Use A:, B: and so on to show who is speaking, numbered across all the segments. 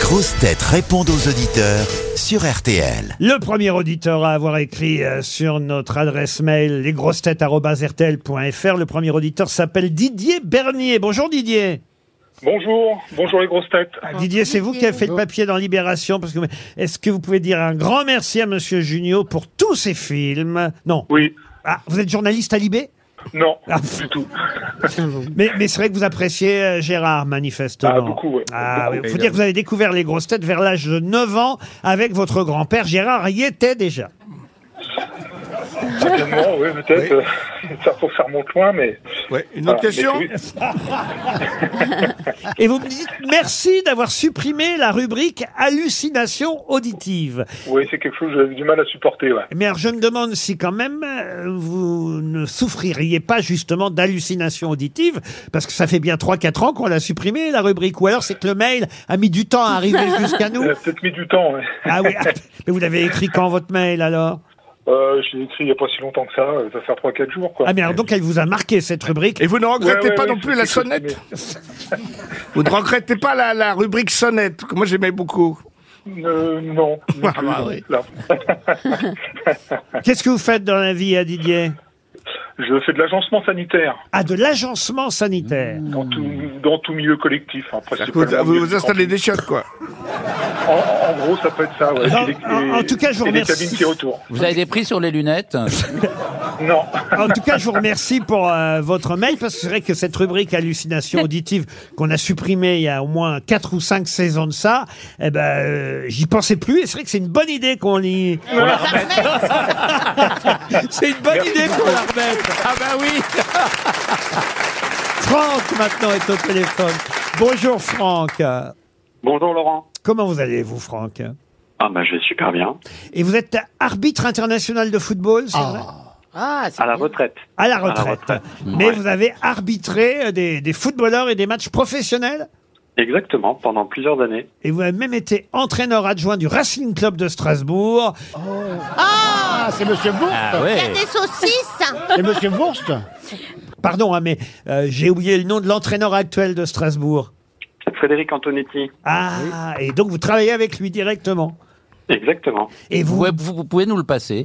A: grosses têtes répondent aux auditeurs sur RTL.
B: Le premier auditeur à avoir écrit euh, sur notre adresse mail lesgrossetêtes.rtl.fr, le premier auditeur s'appelle Didier Bernier. Bonjour Didier.
C: Bonjour, bonjour les grosses têtes.
B: Didier, c'est vous qui avez fait le papier dans Libération. Parce que est-ce que vous pouvez dire un grand merci à Monsieur Junio pour tous ses films Non.
C: Oui,
B: Ah, vous êtes journaliste à Libé
C: non,
B: Ah.
C: du tout.
B: mais, mais c'est vrai que vous appréciez euh, Gérard, manifestement.
C: Ah, beaucoup, ouais.
B: Ah,
C: Beaucoup.
B: oui. Faut dire que vous avez découvert les grosses têtes vers l'âge de 9 ans avec votre grand-père. Gérard y était déjà.
C: Certainement, oui, peut-être. euh, Ça, faut que ça remonte loin, mais.
D: Ouais, une autre
C: voilà, mais
D: question
C: oui.
B: Et vous me dites merci d'avoir supprimé la rubrique hallucination auditive.
C: Oui, c'est quelque chose que j'avais du mal à supporter, ouais.
B: Mais alors, je me demande si quand même euh, vous ne souffririez pas justement d'hallucination auditive, parce que ça fait bien 3-4 ans qu'on l'a supprimée, la rubrique. Ou alors c'est que le mail a mis du temps à arriver jusqu'à nous.
C: Ça a peut-être mis du temps, ouais.
B: Ah oui, ah, mais vous l'avez écrit quand votre mail alors
C: Euh, je l'ai écrit il n'y a pas si longtemps que ça, euh, ça fait 3-4 jours, quoi.
B: Ah mais alors donc elle vous a marqué cette rubrique.
D: Et vous ne regrettez
C: Ouais, ouais,
D: pas
C: ouais,
D: non
C: c'est
D: plus la
C: quelque chose qui
D: sonnette Vous ne regrettez pas la, la rubrique sonnette, que moi j'aimais beaucoup.
C: m'est- Euh, non. non plus,
D: bah
C: non.
D: oui.
C: Là.
B: Qu'est-ce que vous faites dans la vie, à Didier
C: Je fais de l'agencement sanitaire
B: Ah, de l'agencement sanitaire.
C: dans, tout, dans tout milieu collectif. hein,
D: Vous,
C: principalement
D: Hmm. vous,
C: milieu
D: vous installez
C: camping.
D: des chiottes, quoi.
C: en, en gros, ça peut être ça, ouais.
B: En-
C: Et les-
B: en- en tout cas, je vous
C: et les
B: remercie.
C: cabines qui retournent.
E: Vous avez des prix sur les lunettes
C: Non.
B: En tout cas, je vous remercie pour euh, votre mail parce que c'est vrai que cette rubrique hallucination auditive qu'on a supprimée il y a au moins quatre ou cinq saisons de ça, eh ben, euh, j'y pensais plus et c'est vrai que c'est une bonne idée qu'on y. c'est une bonne idée qu'on la remette.
D: Ah bah oui
B: Franck maintenant est au téléphone. Bonjour Franck.
F: Bonjour Laurent.
B: Comment vous allez vous Franck
F: Ah bah je vais super bien.
B: Et vous êtes arbitre international de football, c'est vrai
G: Ah,
F: À la retraite.
B: À la retraite.
F: retraite.
B: Mais
F: Ouais.
B: vous avez arbitré euh, des- des footballeurs et des matchs professionnels
F: Exactement, pendant plusieurs années.
B: Et vous avez même été entraîneur adjoint du Racing Club de Strasbourg.
E: Ah ouais.
H: Des saucisses
B: Pardon, hein, mais euh, j'ai oublié le nom de l'entraîneur actuel de Strasbourg.
F: Frédéric Antonetti.
B: Ah, et donc vous travaillez avec lui directement.
F: Exactement.
B: Et vous,
E: Ouais, vous, vous pouvez nous le passer.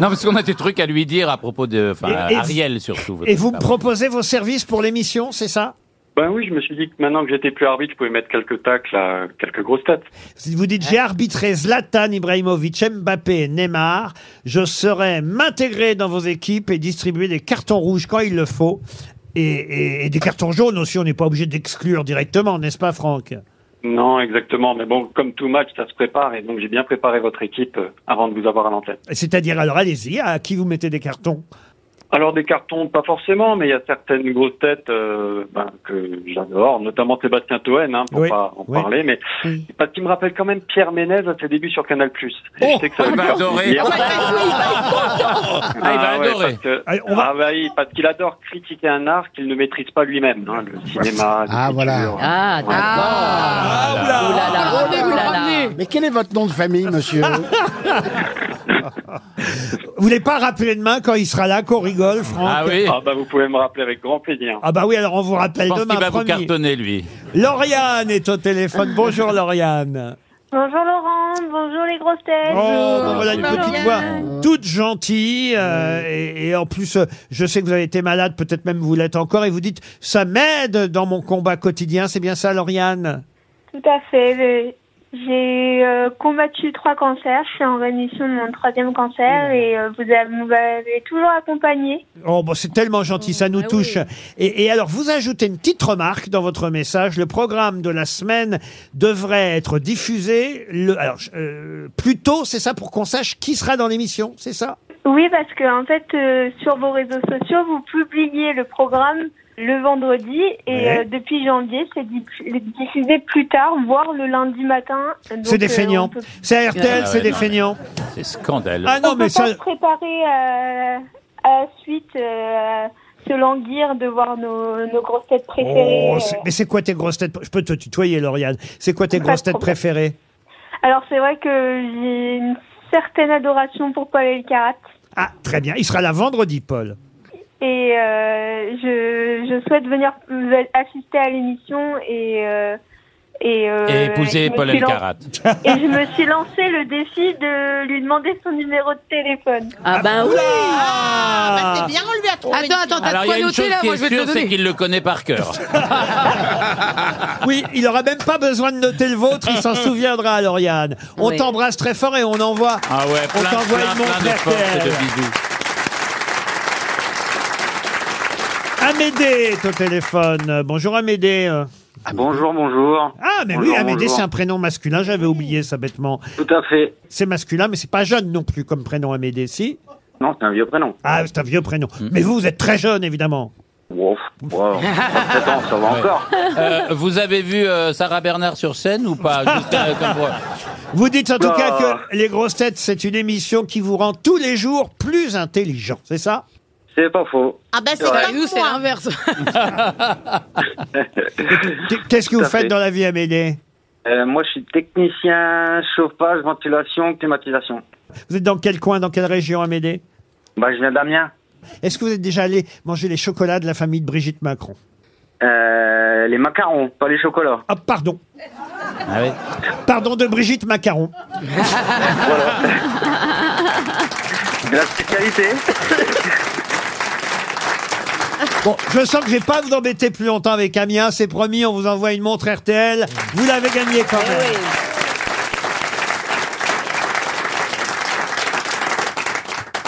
E: non, parce qu'on a des trucs à lui dire à propos de. Enfin,
B: Et- et-
E: Ariel surtout.
B: et vous me
E: Ah,
B: proposez vos services pour l'émission, c'est ça
F: Ben oui, je me suis dit que maintenant que j'étais plus arbitre, je pouvais mettre quelques tacles à quelques grosses têtes.
B: Si vous dites j'ai arbitré Zlatan Ibrahimovic, Mbappé et Neymar, je serai m'intégrer dans vos équipes et distribuer des cartons rouges quand il le faut. Et, et- et des cartons jaunes aussi, on n'est pas obligé d'exclure directement, n'est-ce pas Franck
F: Non, exactement. Mais bon, comme tout match, ça se prépare. Et donc j'ai bien préparé votre équipe euh, avant de vous avoir à l'antenne.
B: C'est-à-dire, alors allez-y, à qui vous mettez des cartons
F: Alors des cartons, pas forcément, mais il y a certaines grosses têtes euh, ben, que j'adore, notamment Sébastien Toen, hein, pour
B: Oui,
F: pas en
B: oui. Oh,
F: parler. Mais parce qu'il me rappelle quand même Pierre Ménez à ses débuts sur Canal+. Et je sais que ça va
E: il
F: lui
E: va
F: faire
E: adorer.
F: plaisir.
E: Ah, il va
F: ouais,
E: adorer.
F: parce que-
B: Allez, on va-
F: Ah bah oui, parce qu'il adore critiquer un art qu'il ne maîtrise pas lui-même, hein, le cinéma. Ah voilà.
G: Ah, d'accord. Oh là là, oh là là.
I: Mais quel est votre nom de famille, monsieur
B: Vous voulez pas rappeler demain quand il sera là qu'on rigole, Franck
E: Ah oui.
F: Ah bah vous pouvez me rappeler avec grand plaisir.
B: Ah bah oui, alors on vous
E: Je
B: rappelle
E: pense
B: demain
E: qu'il va vous
B: promis.
E: cartonner lui.
B: Lauriane est au téléphone. Bonjour Lauriane.
J: Bonjour Laurent, bonjour les grosses têtes.
B: Oh, voilà une petite voix toute gentille. euh, et, et en plus, euh, je sais que vous avez été malade, peut-être même vous l'êtes encore, et vous dites « ça m'aide dans mon combat quotidien ». C'est bien ça, Lauriane
J: Tout à fait. euh, J'ai euh, combattu trois cancers, je suis en rémission de mon troisième cancer et euh, vous avez- vous m'avez toujours accompagné.
B: Oh, bon, c'est tellement gentil,
J: Mm,
B: ça
J: bah
B: nous
G: Ah
B: touche.
G: oui.
B: Et, et alors, vous ajoutez une petite remarque dans votre message. Le programme de la semaine devrait être diffusé le, alors, euh, plus tôt, c'est ça, pour qu'on sache qui sera dans l'émission, c'est ça
J: Oui, parce que en fait, euh, sur vos réseaux sociaux, vous publiez le programme le vendredi et
B: Ouais.
J: euh, depuis janvier, c'est diff- diffusé plus tard, voire le lundi matin. euh,
B: C'est des feignants. C'est à RTL,
E: Ah
B: c'est
E: ouais,
B: des
E: non,
B: feignants.
E: C'est scandaleux.
B: Ah
J: On
B: non, mais
J: peut
B: ça.
J: pas se préparer euh, à la suite, euh, se languir de voir nos, nos grosses têtes préférées.
B: Oh, c'est-
J: euh.
B: mais c'est quoi tes grosses têtes Je peux te tutoyer, Lauriane. C'est quoi tes
J: Pas de
B: grosses têtes
J: problème.
B: préférées
J: Alors c'est vrai que j'ai une certaine adoration pour Paul Elkarat
B: Ah, très bien. Il sera là vendredi, Paul.
J: et euh, je, je souhaite venir euh, assister à l'émission et euh, Et, euh,
E: Et épouser
J: je me
E: Paul
J: suis lan-
E: Elkarat.
J: Et je me suis lancé le défi de lui demander son numéro de téléphone.
G: Ah ben oui
J: bah,
B: Ah,
H: bien, on lui a trouvé.
G: Attends, attends, t'as
E: Alors
G: de
E: il y a
G: quoi
E: une chose
G: noter là
E: qui
G: Moi
E: est
G: je vais te le
E: sûre, c'est
G: donner.
E: qu'il le connaît par cœur.
B: oui, il aura même pas besoin de noter le vôtre, il s'en souviendra, Lauriane. On
G: Oui.
B: t'embrasse très fort et on envoie.
E: Ah ouais,
B: On
E: plein,
B: t'envoie
E: plein,
B: une montre
E: plein de force et
B: RTL.
E: de bisous.
B: Amédée est au téléphone. Euh, Bonjour Amédée. euh.
F: Bonjour, bonjour.
B: Ah, mais oui,
F: Bonjour,
B: Amédée,
F: bonjour.
B: c'est un prénom masculin, j'avais oublié ça bêtement.
F: Tout à fait.
B: C'est masculin, mais c'est pas jeune non plus comme prénom Amédée, si
F: Non, c'est un vieux prénom.
B: Ah, c'est un vieux prénom.
F: Mhm.
B: Mais vous, vous êtes très jeune, évidemment.
F: Wow, wow. 37 ans, ça va
E: Ouais.
F: encore.
E: Euh, vous avez vu euh, Sarah Bernard sur scène ou pas Juste, euh, comme pour-
B: Vous dites en tout
F: Bah.
B: cas que Les Grosses Têtes, c'est une émission qui vous rend tous les jours plus intelligent, c'est ça
F: C'est pas faux.
H: Ah ben, c'est
F: Ouais.
H: comme
G: Bah, Nous c'est
H: moi.
G: l'inverse.
B: Qu- Qu'est-ce que
F: Tout
B: vous
F: à fait.
B: faites dans la vie, Amédée
F: Euh, moi, je suis technicien chauffage, ventilation, climatisation.
B: Vous êtes dans quel coin, dans quelle région, Amédée
F: Bah, je viens d'Amiens.
B: Est-ce que vous êtes déjà allé manger les chocolats de la famille de Brigitte Macron
F: Euh, les macarons, pas les chocolats.
B: Ah, pardon. Ah Pardon de Brigitte Macaron.
F: De la spécialité.
B: Bon, je sens que je vais pas vous embêter plus longtemps avec Amiens, c'est promis, on vous envoie une montre RTL. Vous l'avez gagné quand même.
G: Eh oui.